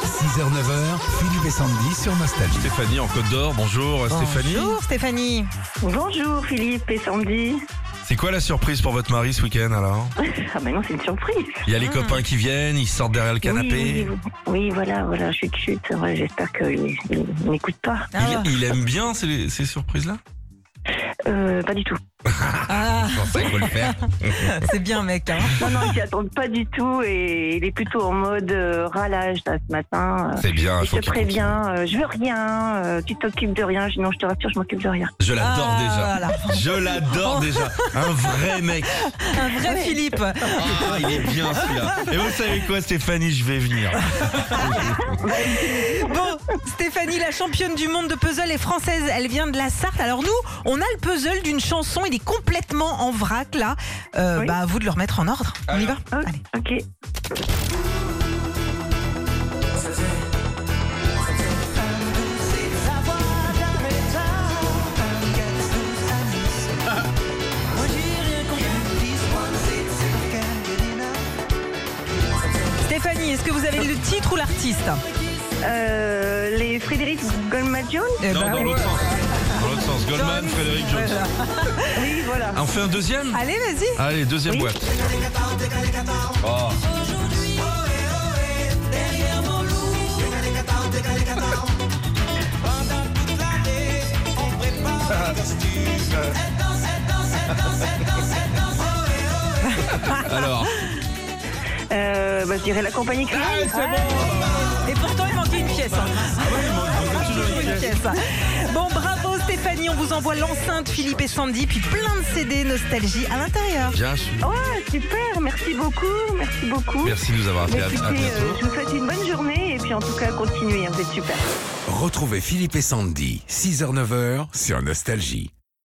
6h-9h, Philippe et Sandy sur Nostalgie. Stéphanie en Côte d'Or, bonjour, euh, Stéphanie. Bonjour Stéphanie. Bonjour Philippe et Sandy. C'est quoi la surprise pour votre mari ce week-end alors Ah mais non, c'est une surprise. Il y a les copains qui viennent, ils sortent derrière le Ah. Oui, canapé. oui, oui, voilà, voilà, chute, chute. Ouais, J'espère qu'il il n'écoute pas. Ah, Il, il aime bien ces, ces surprises-là Euh, pas du tout. ah, Je pensais qu'il faut le faire. c'est bien mec. hein. Non, non, il s'y attend pas du tout et il est plutôt en mode euh, râlage là, ce matin. Euh, C'est bien, il Ah, je faut te qu'il préviens, euh, je veux rien, euh, tu t'occupes de rien. Je dis non, je te rassure, je m'occupe de rien. continue. Je l'adore Ah, déjà. voilà. Je l'adore déjà. Un vrai mec. Un vrai Philippe. Ah, il est bien celui-là. Et vous savez quoi Stéphanie, je vais venir. Bon, Stéphanie, la championne du monde de puzzle est française. Elle vient de la Sarthe. Alors nous, on a le puzzle d'une chanson. Il est complètement en vrac là. Euh, Oui. Bah à vous de le remettre en ordre. On y va. Oh, Allez. ok. Stéphanie, est-ce que vous avez le titre ou l'artiste Euh, les Frédéric Goldman Jones Eh non, bah, dans l'autre sens. Dans l'autre sens. Goldman, Jones. Frédéric Jones. Voilà. Oui, voilà. On fait un deuxième Allez, vas-y. Allez, deuxième Oui. boîte. Oh. Alors, Euh, bah, je dirais la compagnie Créole. Ah. Et pourtant, il manquait une pièce. hein. Ah, Une pièce. hein. Bon, bravo Stéphanie, on vous envoie l'enceinte Philippe et Sandy, puis plein de CD nostalgie à l'intérieur. bien sûr. Ouais, super, merci beaucoup, merci beaucoup. Merci de nous avoir Mais appelés. À, à écoutez, bientôt. euh, je vous souhaite une bonne journée et puis en tout cas, continuez, hein, vous êtes super. Retrouvez Philippe et Sandy, 6h-9h sur Nostalgie.